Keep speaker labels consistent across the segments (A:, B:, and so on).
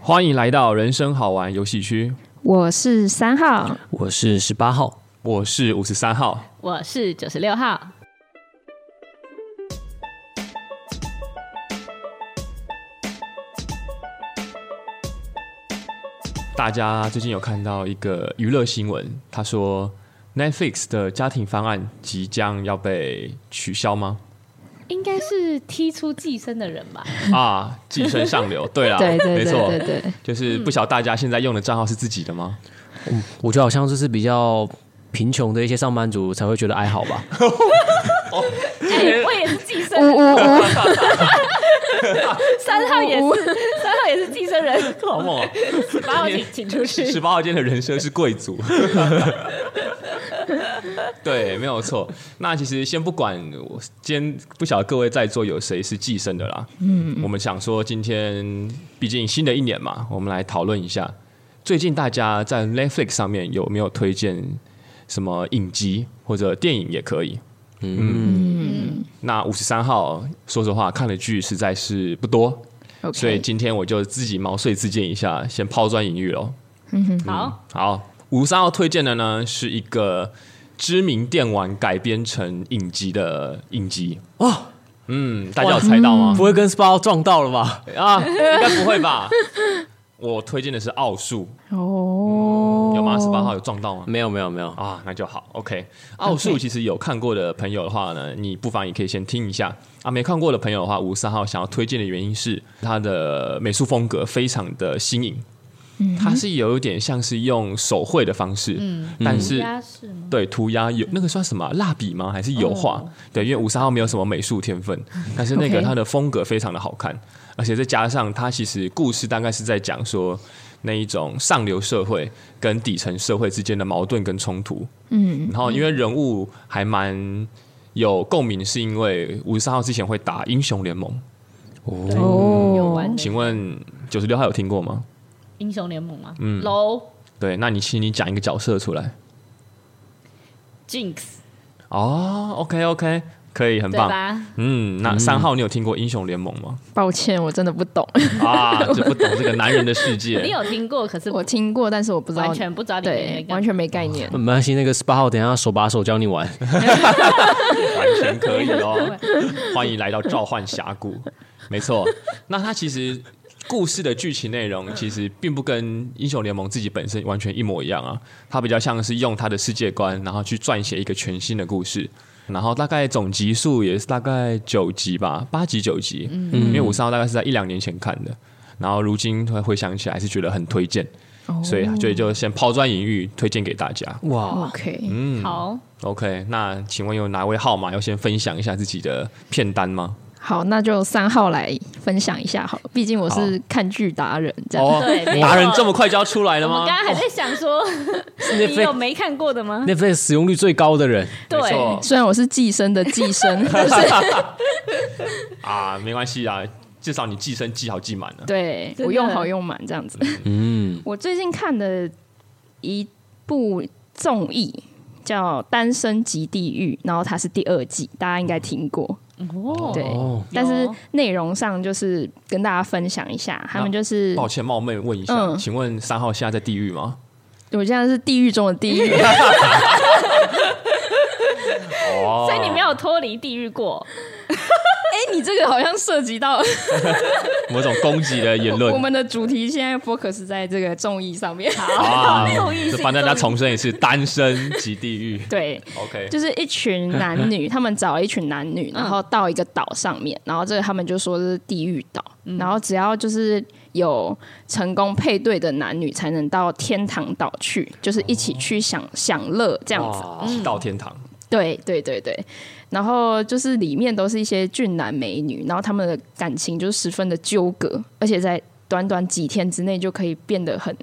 A: 欢迎来到人生好玩游戏区，
B: 我是三号，
C: 我是十八号，
A: 我是五十三号。
D: 我是九十六号，
A: 大家最近有看到一个娱乐新闻，他说 Netflix 的家庭方案即将要被取消 吗？
D: 应该是踢出寄生的人 吧？
A: 啊，寄生上流，对啦，
B: 对对
A: 没
B: 对对
A: 错，
B: 对，
A: 就是不晓得大家现在用的账号是自己的吗？
C: 我觉得好像就是比较贫穷的一些上班族才会觉得哀嚎吧。
D: 哎，我也是寄生
B: 呜
D: 人，
B: 呜呜，
D: 三号也是，三号也是寄生人，
A: 好梦哦！
D: 把我请请出去。
A: 十八号间的人生是贵族。对，没有错。那其实先不管，我今天不晓得各位在座有谁是寄生的啦。嗯，我们想说今天毕竟新的一年嘛，我们来讨论一下，最近大家在 Netflix 上面有没有推荐什么影集或者电影也可以。嗯，那五十三号，说实话看的剧实在是不多，
B: OK
A: 所以今天我就自己毛遂自荐一下，先抛砖引玉喽。
D: 好，
A: 好，五十三号推荐的呢是一个知名电玩改编成影集的影集。
C: 哇，
A: 嗯，大家有猜到吗？
C: 不会跟十八号撞到了吧？
A: 啊， 应该不会吧？我推荐的是奥数，
B: 哦，
A: 嗯有吗？十八号有撞到吗？
C: 没有没有没有，
A: 啊，那就好。OK，奥数其实有看过的朋友的话呢，你不妨也可以先听一下啊。没看过的朋友的话，五十三号想要推荐的原因是它的美术风格非常的新颖，它是有一点像是用手绘的方式，但是
D: 家是吗？
A: 对，涂鸦有那个算什么啊蜡笔吗？还是油画？
D: 哦
A: 对，因为五三号没有什么美术天分，但是那个
B: 嗯 OK
A: 它的风格非常的好看，而且再加上它其实故事大概是在讲说那一种上流社会跟底层社会之间的矛盾跟冲突。
B: 嗯，
A: 然后因为人物还蛮有共鸣，是因为五十三号之前会打英雄联盟。
B: 哦，
D: 有玩
A: 请问九十六号有听过吗？
D: 英雄联盟吗？嗯，LO
A: 对，那你请你讲一个角色出来。
D: Jinx
A: 哦，OK OK，可以，很
D: 对
A: 棒。
D: 吧？
A: 嗯，那三号你有听过英雄联盟吗？
B: 抱歉，我真的不懂，
A: 啊，这不懂这个男人的世
D: 你
A: 界。
D: 有听过，可是
B: 我听过，但是我不知道，
D: 完全不知道里面
B: 对
D: 那，个
B: 完全没概念。
C: 没关系，那个十八号等一下手把手教你玩。
A: 完全可以哦。欢迎来到召唤峡谷，没错。那它其实故事的剧情内容其实并不跟英雄联盟自己本身完全一模一样啊，它比较像是用它的世界观，然后去撰写一个全新的故事。然后大概总集数也是大概九集吧，八集九集，因为五三号大概是在一两年前看的，然后如今回回想起来还是觉得很推荐， 所以
B: 哦
A: 所以就先抛砖引玉，推荐给大家。
C: 哇，
B: OK，
A: 嗯
B: 嗯
D: 好，
A: OK，那请问有哪位号码要先分享一下自己的片单吗？
B: 好，那就三号来分享一下好了，毕竟我是看剧达人，这
A: 哦
C: 哦
B: 样。
D: 对没错
A: 达人这么快就要出来了
D: 我
A: 吗
D: 刚？刚还在想说，
B: 哦
D: 你有
C: Netflix
D: 没看过的吗？
C: Netflix 使用率最高的人，
D: 对
A: 没，错
B: 虽然我是寄生的寄 生，但是
A: 啊，没关系啊，至少你寄生寄好寄满啊了。
B: 对
D: 真的
B: 我用好用满这样子。
C: 嗯，
B: 我最近看的一部综艺叫《单身即地狱》，然后它是第二季，大家应该听过。
D: 哦
B: 对
C: 哦，
B: 但是内容上就是跟大家分享一下，他们就是
A: 抱歉，冒昧问一下，
B: 嗯
A: 请问三号现在在地狱吗？
B: 我现在是地狱中的地 狱，
A: 哦
D: 所以你没有脱离地狱过，
B: 哎，你这个好像涉及到
A: 某种攻击的言论
B: 我们的主题，现在 focus 在这个综艺上面。
A: 啊
D: 注意！
A: 就帮大家重申一次，单身即地狱。
B: 对，
A: OK，
B: 就是一群男女，他们找了一群男女，然后到一个岛上面，然后这个他们就说是地狱岛，然后只要就是有成功配对的男女才能到天堂岛去，就是一起去享、享乐这样子。嗯
A: 哇，到天堂。
B: 对对对对，然后就是里面都是一些俊男美女，然后他们的感情就是十分的纠葛，而且在短短几天之内就可以变得很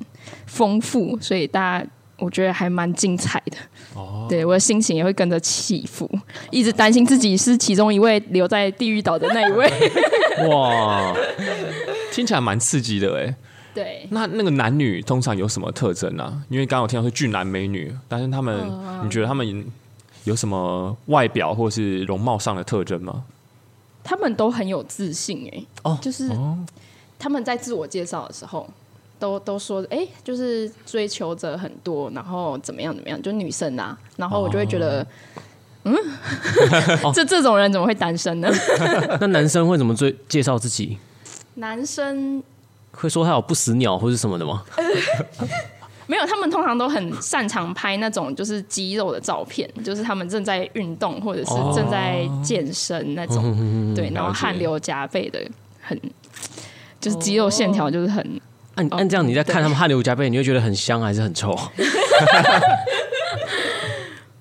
B: 丰富，所以大家我觉得还蛮精彩的。哦，对我的心情也会跟着起伏，一直担心自己是其中一位留在地狱岛的那一位。
A: 哇，听起来蛮刺激的哎。
B: 对，
A: 那那个男女通常有什么特征啊？因为刚刚我听到是俊男美女，但是他们，你觉得他们有什么外表或是容貌上的特征吗？
B: 他们都很有自信哎、
C: 哦
B: 就是他们在自我介绍的时候，都都说，哎、就是追求者很多，然后怎么样怎么样，就女生啊，然后我就会觉
A: 哦
B: 得，嗯， 这这种人怎么会单身呢？
C: 那男生会怎么最介绍自己？
B: 男生
C: 会说他有不死鸟或是什么的吗？
B: 没有，他们通常都很擅长拍那种就是肌肉的照片，就是他们正在运动或者是
A: 哦
B: 正在健身那
A: 嗯
B: 种，对，然后
A: 了解
B: 汗流浃背的，很就是肌肉线条就是很
C: 按
D: 哦
C: 按这样你在看他们汗流浃背，你会觉得很香还是很臭？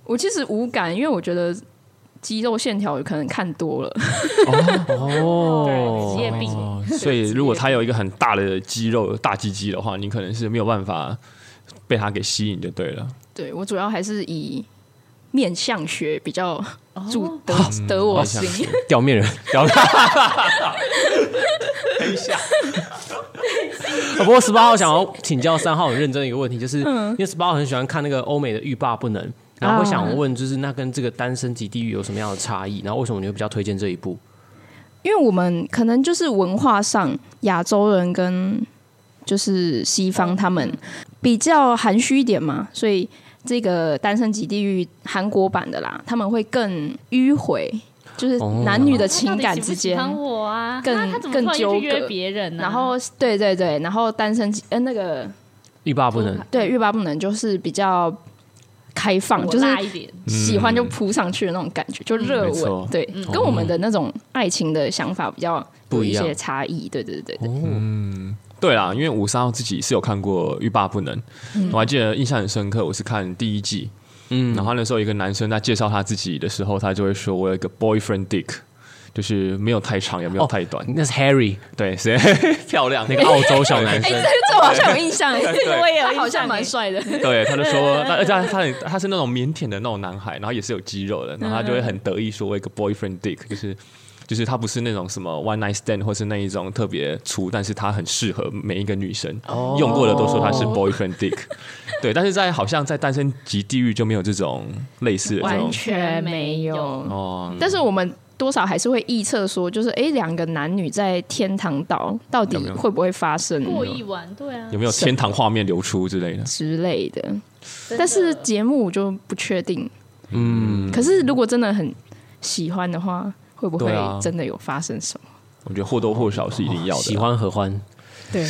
B: 我其实无感，因为我觉得肌肉线条有可能看多了， 哦
D: 对，职业病，
A: 所以如果他有一个很大的肌肉大鸡鸡的话，你可能是没有办法被他给吸引就对了。
B: 对我主要还是以面相学比较
D: 哦
B: 注得得我
A: 面相
B: 心。
C: 掉面人，
A: 然后他，等一下，
C: 不过十八号想要请教三号很认真的一个问题，就是因为十八号很喜欢看那个欧美的欲罢不能，然后会想问，就是那跟这个单身级地狱有什么样的差异？然后为什么你会比较推荐这一部？
B: 因为我们可能就是文化上亚洲人跟就是西
D: 哦
B: 方他们比较含蓄一点嘛，所以这个《单身级地狱》韩国版的啦，他们会更迂回，就是
A: 哦
B: 男女的情感之间。
D: 他到底喜不喜欢我啊，
B: 更
D: 啊他怎么突然就去约别人呢？啊
B: 然后对对对，然后单身级呃那个
C: 欲罢不能，
B: 对欲罢不能就是比较开放，
D: 我
B: 就是
D: 辣一嗯点，
B: 喜欢就扑上去的那种感觉，就
A: 嗯
B: 热
A: 没错
B: 吻，对，跟我们的那种爱情的想法比较
C: 不
B: 有
C: 一
B: 一
C: 样
B: 些差异，对对对对。
A: 哦对啦，因为五三号自己是有看过《欲罢不能》我还记得印象很深刻，我是看第一季，嗯，然后那时候有一个男生在介绍他自己的时候，他就会说：“我有一个 boyfriend dick，就是没有太长，也没有太短。
C: 那是 Harry
A: 对，所以漂亮哎那个
C: 澳洲 小男生，
B: 哎这我好像有印象，欸这
D: 我也有印象
B: 好像蛮帅的。
A: 对，他就说，那而且他他很他是那种腼腆的那种男孩，然后也是有肌肉的，然后他就会很得意说，我有一个 boyfriend dick，就是就是他不是那种什么 one night stand 或是那一种特别粗，但是他很适合每一个女生，用过的都说他是 boyfriend dick，对， 但是在好像在单身级地狱就没有这种类似的这种
D: 完全没有
A: 哦，
B: 但是我们多少还是会臆测说，就是哎，诶两个男女在天堂岛到底
A: 有没有
B: 会不会发生
D: 过一晚，对啊
A: 有，没有天堂画面流出之类的？
B: 之类的？
D: 真的
B: 但是节目我就不确定。嗯，可是如果真的很喜欢的话，会不会
A: 对啊
B: 真的有发生什么？
A: 我觉得或多或少是一定要的，
C: 喜欢合欢，
B: 对，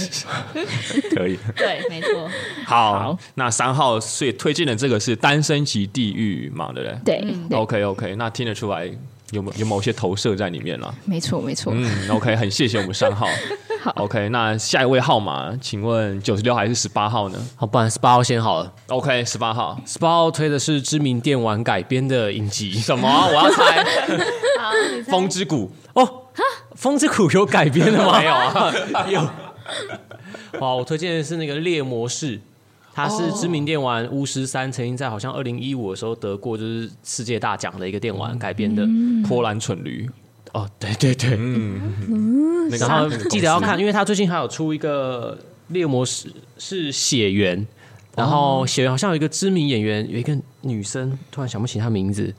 A: 可以。
D: 对，没错，
A: 好，那三号所以推荐的这个是单身级地狱嘛，对不对？
B: 对，对
A: OK OK，那听得出来有某有某些投射在里面了。
B: 没错，没错。
A: 嗯，OK，很谢谢我们三号。OK，那下一位号码，请问九十六还是十八号呢
C: 好，不然十八号先好了。
A: ？OK，十八号。
C: 十八号推的是知名电玩改编的影集
A: 什么？我要猜
D: 好，你
A: 《
D: 猜
A: 风之谷
C: 哦，《风之谷》有改编的吗？》
A: 没有啊？
C: 哇，我推荐的是那个《猎魔士》，它是知名电玩《巫师三》曾经在好像二零一五的时候得过就是世界大奖的一个电玩改编的。
A: 波兰蠢驴，
C: 哦，对对对，
A: 嗯那个
C: 然后
A: 那个
C: 记得要
A: 公司
C: 看，因为它最近还有出一个《猎魔士》是血缘，然后血缘好像有一个知名演员，有一个女生，突然想不起她名字。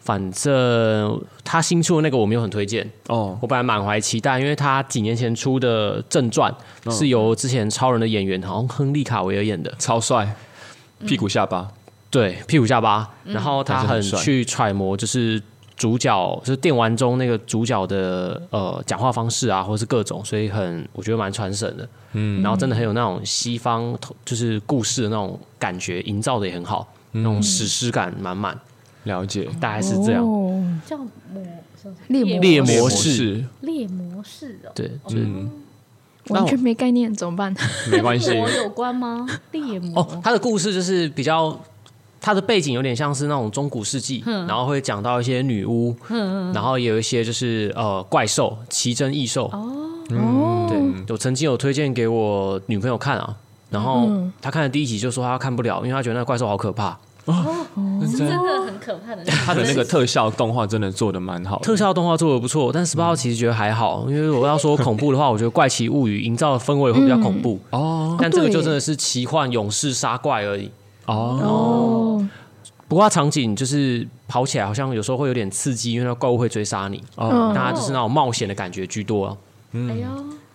C: 反正她新出的那个我没有很推荐，
A: 哦，
C: 我本来满怀期待，因为他几年前出的正传
A: 嗯
C: 是由之前超人的演员，好像亨利卡维尔演的，
A: 超帅，屁股下巴，
C: 对，屁股下巴。然后他
A: 但是
C: 很
A: 很帅
C: 去揣摩，就是主角，就是电玩中那个主角的呃讲话方式啊，或是各种，所以很我觉得蛮传神的。嗯，然后真的很有那种西方就是故事的那种感觉，营造的也很好，那
A: 嗯
C: 种史诗感满满，
A: 了解。
C: 大概是这样。
B: 哦，
D: 叫魔什么
B: 猎魔
A: 猎
C: 猎魔
A: 魔
C: 士，
A: 士，
D: 猎魔士哦，
C: 对，就是
A: 嗯，
B: 完全没概念，怎么办？
A: 没关系
D: 跟。魔有 关吗？猎魔
C: 哦，他的故事就是比较，他的背景有点像是那种中古世纪，
B: 嗯
C: 然后会讲到一些女巫，然后也有一些就是呃怪兽、奇珍异兽。
B: 哦，
C: 嗯对，我曾经有推荐给我女朋友看啊，然后
B: 嗯
C: 她看了第一集就说她看不了，因为她觉得那怪兽好可怕，
D: 是真的很可怕的，
A: 他的那个特效动画真的做的蛮好的，
C: 特效动画做的不错，但十八号其实觉得还好，因为我要说恐怖的话，我觉得《怪奇物语》营造的氛围会比较恐怖哦，但这个就真的是奇幻勇士杀怪而已。
A: 哦，
B: 哦，
C: 不过它场景就是跑起来，好像有时候会有点刺激，因为那怪物会追杀你。
A: 哦
C: 那它就是那种冒险的感觉居多、
D: 哎呦，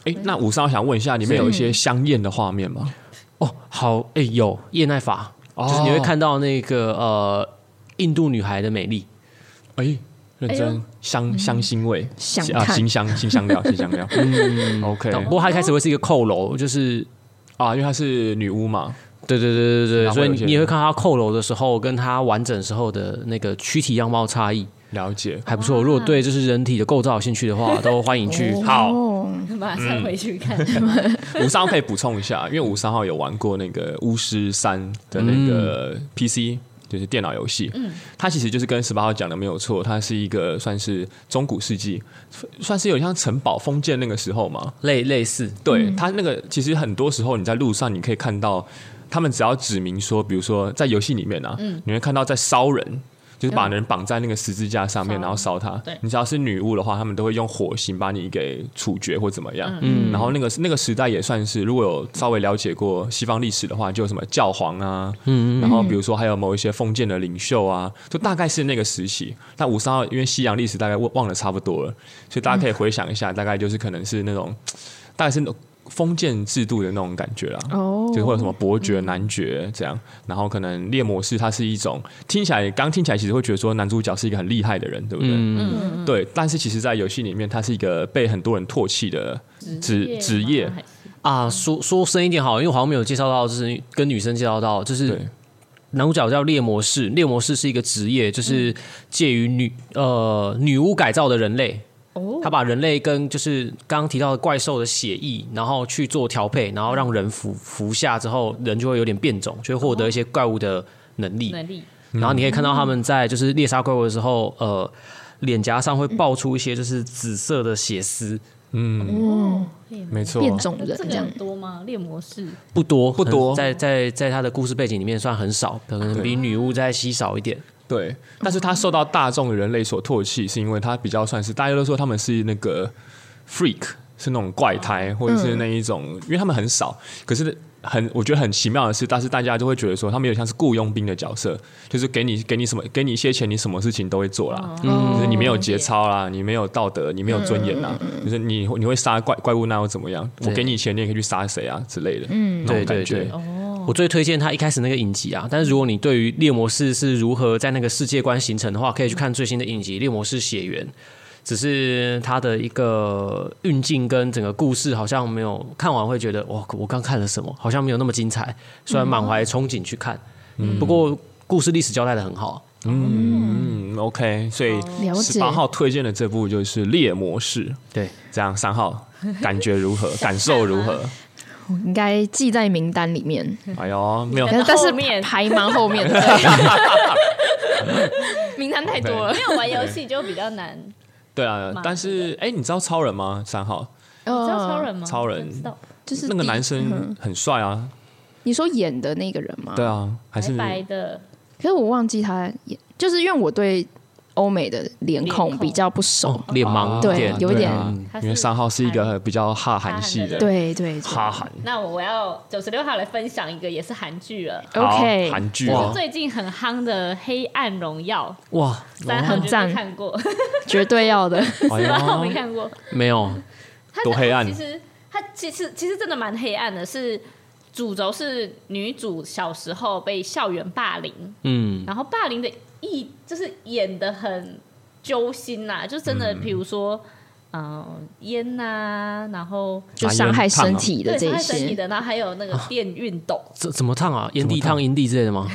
A: 哎，那五三，我想问一下，里面有一
C: 嗯
A: 些香艳的画面吗？
C: 哦，好，哎、有叶奈法，就是你会看到那个呃印度女孩的美丽，
A: 哎，认
D: 哎
A: 真
D: 呦
A: 香香辛味，
B: 想
A: 啊，
B: 看
A: 新香新香料，新香料。嗯，OK
C: 不过它一开始会是一个扣楼，就是
A: 啊，因为她是女巫嘛，
C: 对对对
A: 然
C: 对对，
A: 后
C: 所
A: 啊
C: 以
A: 有一些
C: 你也会看到它扣楼的时候跟它完整时候的那个躯体样貌差异
A: 了解。
C: 还不错。如果对就是人体的构造有兴趣的话，都欢迎去。好，
B: 哦，
A: 嗯
D: 马上回去看。
A: 五三号可以补充一下，因为五三号有玩过那个巫师三的那个 PC，、就是电脑游戏。它其实就是跟十八号讲的没有错，它是一个算是中古世纪，算是有点像城堡封建那个时候嘛。
C: 类类似
D: 嗯
A: 对，它那个其实很多时候你在路上你可以看到，他们只要指明说，比如说在游戏里面啊，
D: 嗯
A: 你会看到在烧人。就是把人绑在那个十字架上面，
D: 烧
A: 然后烧他
D: 对。
A: 你只要是女巫的话，他们都会用火刑把你给处决或怎么样。嗯，然后那个那个时代也算是，如果有稍微了解过西方历史的话，就有什么教皇啊，嗯，然后比如说还有某一些封建的领袖啊，就大概是那个时期。但五三二因为西洋历史大概忘忘了差不多了，所以大家可以回想一下，大概就是可能是那种大概是那种封建制度的那种感觉啦。
B: 哦
A: 就是会有什么伯爵、男爵这样，然后可能猎魔士他是一种听起来刚听起来其实会觉得说男主角是一个很厉害的人，对不对？
D: 嗯，
A: 对，但是其实，在游戏里面，他是一个被很多人唾弃的职职业
D: 吗，还是
C: 啊，说说深一点好了，因为我好像没有介绍到，就是跟女生介绍到，就是
A: 对
C: 男主角叫猎魔士，猎魔士是一个职业，就是介于女呃女巫改造的人类，
D: 哦，
C: 他把人类跟就是刚刚提到的怪兽的血液，然后去做调配，然后让人
D: 嗯
C: 服服下之后，人就会有点变种，就会获得一些怪物的能力。
D: 能力
C: 然后你可以看到他们在就是猎杀怪物的时候，呃，脸颊上会
D: 嗯
C: 爆出一些就是紫色的血丝，
D: 哦，
A: 没错，
B: 变种
D: 那
B: 人嗯这
D: 这个
B: 样
D: 很。多吗？猎魔 士
C: 不多
A: 不多
C: 可能在在在他的故事背景里面算很少，可能
A: 对
C: 比女巫再稀少一点。
A: 对，但是他受到大众人类所唾弃，是因为他比较算是大家都说他们是那个 freak，是那种怪胎，或者是那一种，
C: 嗯
A: 因为他们很少，可是很我觉得很奇妙的是，但是大家就会觉得说他们有点像是雇佣兵的角色，就是给你给你什么给你一些钱，你什么事情都会做啦。
C: 哦
A: 就是你没有节操啦，你没有道德，你没有尊严啦，
C: 嗯
A: 就是你你会杀怪怪物那又怎么样？我
C: 对
A: 给你钱，你也可以去杀谁啊之类的，嗯，那种
C: 对对
A: 感觉
C: 对，。
B: 哦
C: 我最推荐他一开始那个影集啊，但是如果你对于猎魔士是如何在那个世界观形成的话，可以去看最新的影集《猎魔士血缘》。只是他的一个运镜跟整个故事好像没有看完会觉得哇，我刚看了什么？好像没有那么精彩。虽然满怀憧憬去看，不过故事历史交代的很好。啊
A: 嗯，OK，所
C: 哦
A: 以
B: 了
A: 十
B: 解
A: 八号推荐的这部就是《猎魔士》，
C: 对，
A: 这样三号感觉如 何？感受如何？
B: 我应该记在名单里面，
A: 哎呦，没有
D: 嗯
B: 但是
D: 后面
B: 排蛮后面的，对名单太多了。
D: 没有玩游戏就比较难。
A: 对啊，但是哎，你知道超人吗？三号
D: 你
B: 哦，
D: 知道超人吗？
A: 超人
D: 我知道，
B: 就是
A: 那个
B: 第
A: 男，生很帅啊，
B: 你说演的那个人吗？
A: 对啊，还是
D: 白白的，
B: 可是我忘记他演，就是因为我对欧美的脸
D: 脸
B: 孔
D: 孔
B: 比较不熟
C: 哦，，脸盲
A: 啊
B: 对
C: 点，
B: 有一点
A: 对啊
D: 他是
A: 因为三号是一个比较哈韩系的，
D: 对
B: 对对对
A: 哈韩
D: 那我要九十六号来分享一个也是韩剧了，
A: 好
B: OK
A: 韩剧
C: 哇
A: 哦
D: 最近很夯的《黑暗荣耀
C: 哇，》，
D: 三号
B: 很
D: 绝
B: 赞
D: 对看过，
B: 绝对要的，
A: 哎
D: 三
A: 呀
D: 号没看过，
C: 没有
D: 它
A: 多黑暗
D: 其实它其实其实真的蛮黑暗的，是主轴是女主小时候被校园霸凌，
C: 嗯，
D: 然后霸凌的意就是演的很揪心呐、就真的比如说。嗯，烟呐、然后
B: 就伤害
A: 啊
B: 身体的
D: 对伤
B: 这
D: 害身体
B: 些，
D: 的，然后还有那个电熨斗，
C: 怎怎么烫啊？烟蒂
A: 怎么烫
C: 烫、阴蒂之类的 吗？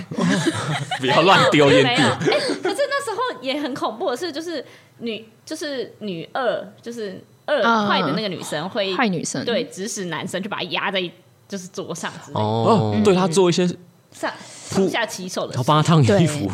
A: 不要乱丢
D: 没有
A: 烟
D: 没
A: 蒂
D: 有，哎、可是那时候也很恐怖的是，就是女就是女二，就是二
B: 嗯
D: 坏的那个女生会、
B: 坏女生，
D: 对指使男生就把他压在就是桌上之类的
C: 哦
A: 哦，，对他做一些
D: 上上下其手的
C: 然后，帮他烫
B: 对
C: 衣服，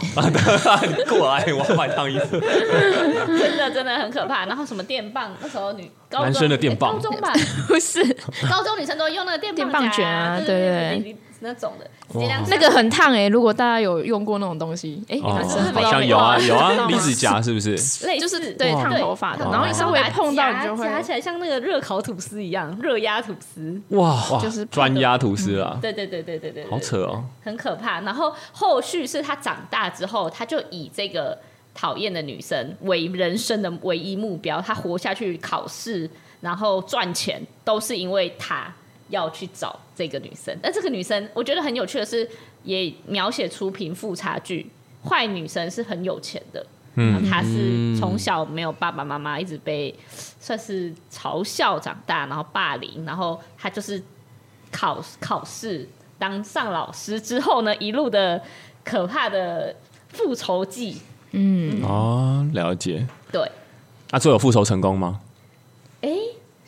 A: 过来，我要买烫衣服，
D: 真的真的很可怕。然后什么电棒，那时候女高中
A: 男生的电棒
D: 哎 高中吧，
B: 不是
D: 高中女生都会用那个电
B: 电棒
D: 卷
B: 卷啊
D: 对
B: 对
D: 对，那种的，直接这样
B: 那个很烫哎，如果大家有用过那种东西，哎，
A: 哦
B: 男生
D: 是
B: 不
A: 好
B: 知道
A: 像
B: 吗
A: 有啊
B: 知
A: 有
B: 道
A: 啊，
B: 吗
A: 离子夹是不是？
D: 类似
B: 就是对烫头发的，
D: 对
B: 然后你稍微
D: 把它
B: 碰到你
D: 夹
B: 就会
D: 夹起来，像那个热烤吐司一样，热压吐司。
C: 哇哇，
B: 就是
A: 专压吐司啦，
D: 对对对对对对，对
A: 好扯哦，
D: 很可怕。然后后续是他长大之后，他就以这个讨厌的女生为人生的唯一目标，他活下去考试，然后赚钱，都是因为他要去找这个女生。但这个女生，我觉得很有趣的是，也描写出贫富差距，坏女生是很有钱的。
A: 嗯，
D: 她是从小没有爸爸妈妈，一直被算是嘲笑长大，然后霸凌，然后她就是考考试当上老师之后呢，一路的可怕的复仇记，
A: 哦，了解。
D: 对，
A: 啊，最后有复仇成功吗？
D: 哎、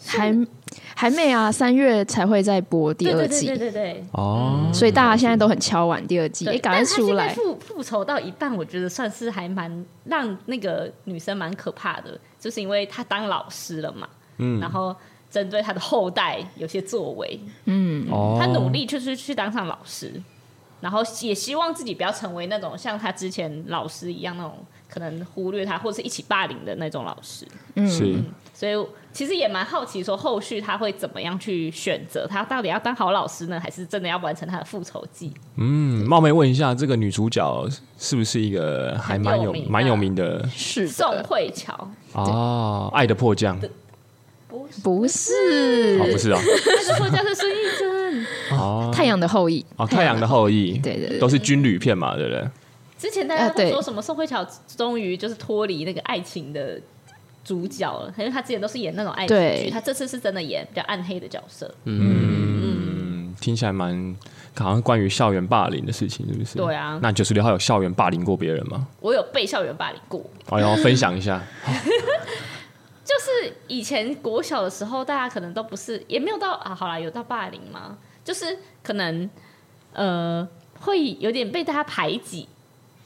B: 还还没啊，三月才会再播第
D: 对
B: 二
D: 对
B: 季
D: 对，对对对，
A: 哦，
B: 所以大家现在都很敲完第二季，哎，
D: 对
B: 赶快
D: 但他
B: 出
D: 现在
B: 来。
D: 复复仇到一半，我觉得算是还蛮让那个女生蛮可怕的，就是因为她当老师了嘛，嗯，然后针对她的后代有些作为，
A: 哦
D: 她努力就是去当上老师，然后也希望自己不要成为那种像她之前老师一样那种可能忽略她或是一起霸凌的那种老师，
A: 是
D: 所以其实也蛮好奇说后续她会怎么样去选择，她到底要当好老师呢，还是真的要完成她的复仇记？
A: 嗯，冒昧问一下，这个女主角是不是一个还蛮有
D: 很有名的
A: 蛮有名的
B: 是
D: 宋
B: 的，
D: 慧乔
A: 哦，《爱的迫降》
D: 不是。
B: 不是
A: 哦，不是哦，
D: 这作家是孙艺珍。
A: 哦
B: 太阳的后裔
A: 哦，《太阳的后裔》
B: 对对对
A: 都是军旅片嘛，对不对？
D: 之前大家
B: 啊对
D: 都说什么宋慧乔终于就是脱离那个爱情的主角了，因为她之前都是演那种爱情
B: 对
D: 剧，她这次是真的演比较暗黑的角色。
A: 嗯，听起来蛮好像关于校园霸凌的事情，是不是？
D: 对啊
A: 那九十六号有校园霸凌过别人吗？
D: 我有被校园霸凌过，
A: 哎呦，分享一下，
D: 就是以前国小的时候，大家可能都不是，也没有到啊，好啦，有到霸凌吗？就是可能呃，会有点被大家排挤。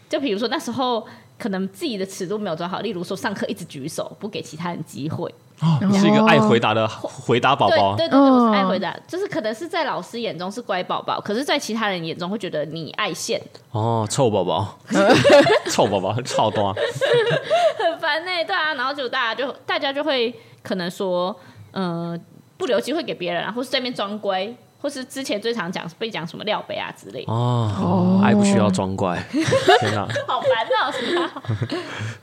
D: 就比如说那时候可能自己的尺度没有抓好，例如说上课一直举手，不给其他人机会。
A: 哦是一个爱回答的回答宝宝。
D: 嗯哦对对对对，我
B: 嗯
D: 是爱回答，就是可能是在老师眼中是乖宝宝，可是，在其他人眼中会觉得你爱现，
C: 哦，臭 宝宝，
A: 臭宝宝，臭多
D: 很烦呢、对啊，然后就大家就大家就会可能说，呃，不留机会给别人啊，或是在那边装乖，或是之前最常讲被讲什么廖北啊之类的，
C: 哦，爱不需要装 乖，
A: 天哪！
D: 好烦恼是吧？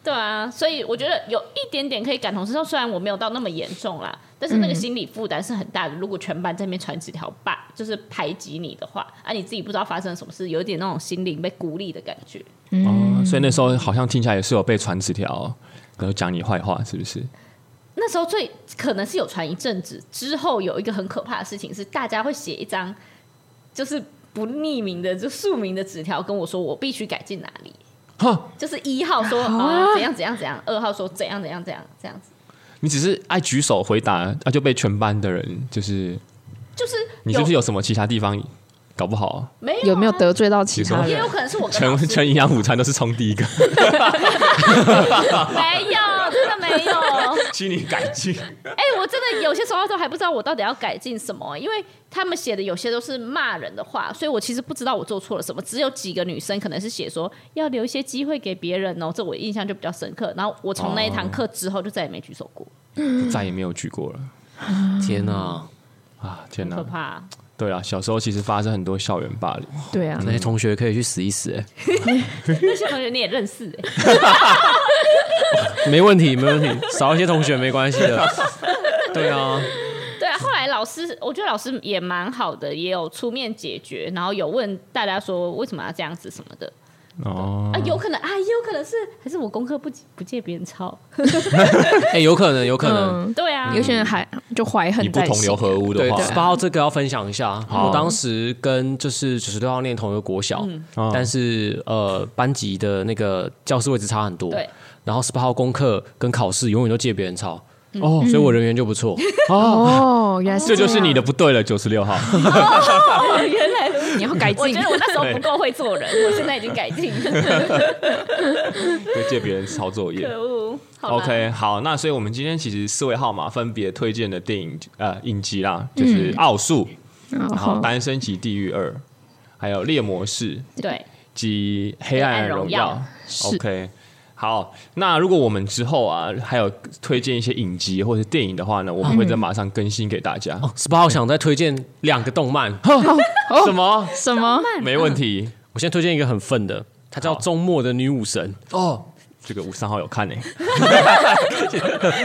D: 对啊，所以我觉得有一点点可以感同身受，虽然我没有到那么严重啦，但是那个心理负担是很大的。如果全班在那边传纸条霸，就是排挤你的话，啊，你自己不知道发生了什么事，有一点那种心灵被孤立的感觉。嗯
A: 哦，所以那时候好像听起来也是有被传纸条，然后讲你坏话，是不是？
D: 那时候最可能是有传一阵子，之后有一个很可怕的事情是，大家会写一张就是不匿名的就署名的纸条跟我说，我必须改进哪里。
A: 哈，
D: 就是一号说啊、怎样怎样怎样，二号说怎样怎样怎样这样子，
A: 你只是爱举手回答，啊，就被全班的人就是
D: 就是
A: 你是不是有什么其他地方搞不好？
D: 没有啊
B: 有没有得罪到其他
A: 比
D: 也
B: 人？
D: 有可啊能是我跟
A: 全
D: 老师
A: 全营养午餐都是冲第一个，
D: 没有，真的没有。
A: 请你改进。
D: 哎、我真的有些时候都还不知道我到底要改进什么，因为他们写的有些都是骂人的话，所以我其实不知道我做错了什么。只有几个女生可能是写说要留一些机会给别人哦，这我印象就比较深刻。然后我从那一
A: 哦
D: 堂课之后就再也没举手过，
A: 再也没有举过了
C: 天哪！
A: 啊！天
D: 可
A: 哪！
D: 怕、
A: 对啊，小时候其实发生很多校园霸凌，
B: 对啊，
C: 那些同学可以去死一死，哎，
D: 那些同学你也认识、哎，
C: 没问题，没问 题，少一些同学没关系的。对啊，
D: 对啊。后来老师，我觉得老师也蛮好的，也有出面解决，然后有问大家说为什么要这样子什么的。
A: 哦，
D: 啊，有可能啊，也有可能是还是我功课不不借别人抄。
C: 哎，有可能，有可能，
B: 嗯，
D: 对啊，
B: 有些人还就怀
A: 你
B: 恨
A: 不
B: 在
A: 同
B: 心
A: 流。合污的
C: 对，
A: 话，
C: 十八号这个要分享一下。我当时跟就是九十六号念同一个国小，
A: 嗯
C: 但是呃班级的那个教室位置差很 多。
D: 对，
C: 然后十八号功课跟考试永远都借别人抄，
A: 哦
C: 所以我人缘就不错。
B: 哦，原来 是
A: 这就是
B: 样
A: 你的不对了，九十六号。
D: 哦原来如此
B: 你要改
D: 我
B: 进
D: 觉。得我那时候不够会做人，我现在已经改 进了。
A: 就借别人抄作业。
D: 可恶！好啦
A: OK，好，那所以我们今天其实四位号码分别推荐的电影呃影集啦，就是《奥数》
B: 然
A: 然后《单身级地狱二》，还有《猎魔士》
D: 对，
A: 及《黑暗荣
D: 黑暗
A: 耀
D: 荣》。
B: 是
A: OK，好，那如果我们之后啊还有推荐一些影集或者电影的话呢，我们会再马上更新给大家。
C: 十八号想再推荐两个动漫，
A: 什么？
B: 什么？
A: 没问题
C: 我先推荐一个很愤的，它叫
A: 好
C: 《周末的女武神》。
A: 哦。这个五三号有看呢、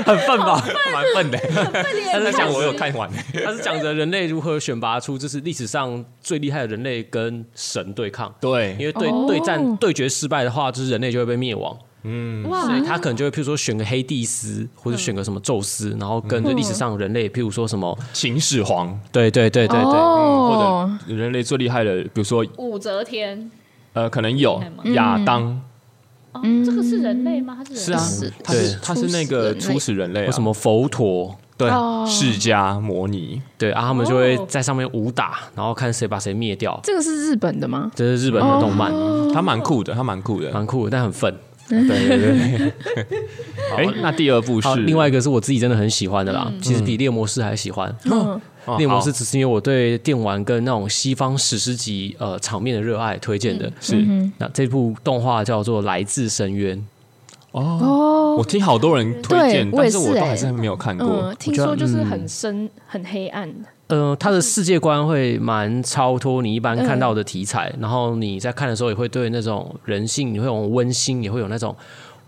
A: 很笨吧？蛮笨的、他在讲我有看完、欸，
C: 他是讲着人类如何选拔出这是历史上最厉害的人类跟神对抗，因
A: 对，
C: 为对、
B: 哦
C: 对战对决失败的话，就是人类就会被灭亡。
D: 哇，
C: 所以他可能就会，譬如说选个黑帝斯，或者选个什么宙斯，然后跟着历史上人类，譬如说什么，
A: 秦始皇
C: 对对对对对，
B: 哦
A: 或者人类最厉害的，比如说
D: 武则天，
A: 呃，可能有
D: 厉害吗
A: 亚当，
D: 哦，这个是人类吗？他是人类
A: 是啊
B: 是，
A: 他是
C: 对
A: 他是那个初
B: 初
A: 始人类
C: 或
A: 啊，
C: 什么佛陀，
A: 对
B: 哦
A: 释迦摩尼，
C: 对啊，他们就会
D: 哦
C: 在上面武打，然后看谁把谁灭掉。
B: 这个是日本的吗？
C: 这是日本
D: 哦
C: 的动漫，
A: 他蛮酷的，他蛮酷的。
C: 蛮酷的，但很愤。
A: 对对对。哎，那第二部
C: 好，
A: 是
C: 另外一个是我自己真的很喜欢的啦，其实比猎魔师还喜欢。
A: 嗯 哦
C: 猎魔师
A: 好
C: 只是因为我对电玩跟那种西方史诗级呃场面的热爱推荐的。
A: 是
C: 那这部动画叫做《来自深渊》，
A: 哦，
B: 哦
A: 我，听好多人推荐，
B: 对我
A: 但
B: 也
A: 是
B: 是
A: 我都
B: 欸
A: 还是没有看过
B: 嗯，。听
C: 觉得
B: 说就是
C: 嗯
B: 很深、很黑暗的。
C: 呃，
A: 嗯
C: 它的世界观会蛮超脱你一般看到的题材，
A: 嗯
C: 然后你在看的时候也会对那种人性，你会有温馨，也会有那种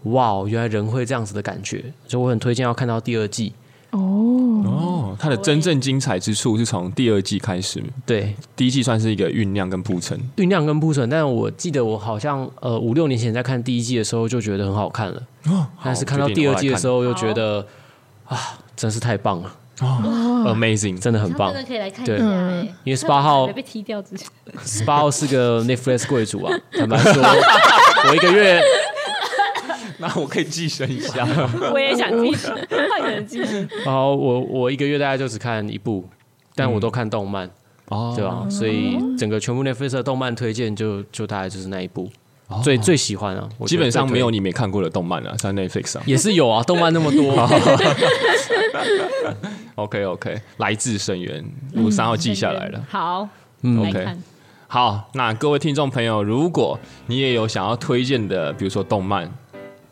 C: 哇，原来人会这样子的感觉，所以我很推荐要看到第二季。
B: 哦，
A: 哦，它的真正精彩之处是从第二季开始，
C: 对，
A: 第一季算是一个酝酿跟铺陈。
C: 酝酿跟铺陈，但我记得我好像呃五六年前在看第一季的时候就觉得很好看了，
A: 哦
C: 但是看到第二季的时候又觉得啊，真是太棒了，
A: ，amazing，
C: 真的很
D: 他
C: 棒
D: 真。的可以来看一下
C: 对
D: 欸，
C: 因为18号
D: 被踢掉之前，
C: 十八号是个 Netflix 贵族啊，坦白说，我一个月
A: 那我可以寄生一下。
D: 我也想继续，换个人继续。
C: 然后我我一个月大概就只看一部，但我都看动漫，
A: 哦，
C: 对吧？所以整个全部 Netflix 的动漫推荐就就大概就是那一部，最最喜欢啊，我觉
A: 哦基
C: 得
A: 本上
C: 最
A: 没有你没看过的动漫啊，在 Netflix 上。
C: 也是有啊，动漫那么 多，
A: OK OK，来自深渊，五三号 记下来了。
D: 好，
C: 嗯
D: 来
A: OK
D: 看，
A: 好，那各位听众朋友，如果你也有想要推荐的，比如说动漫、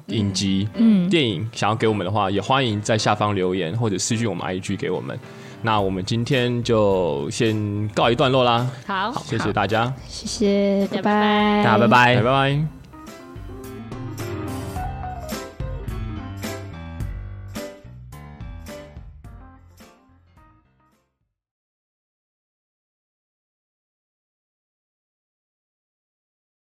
A: 影集、嗯、电影，想要给我们的话，也欢迎在下方留言或者私讯我们 IG 给我们。那我们今天就先告一段落啦，
D: 好，
A: 谢谢大家，
B: 谢谢，
D: 大家
B: 拜
C: 大家拜
A: 拜
C: 拜。
A: 拜。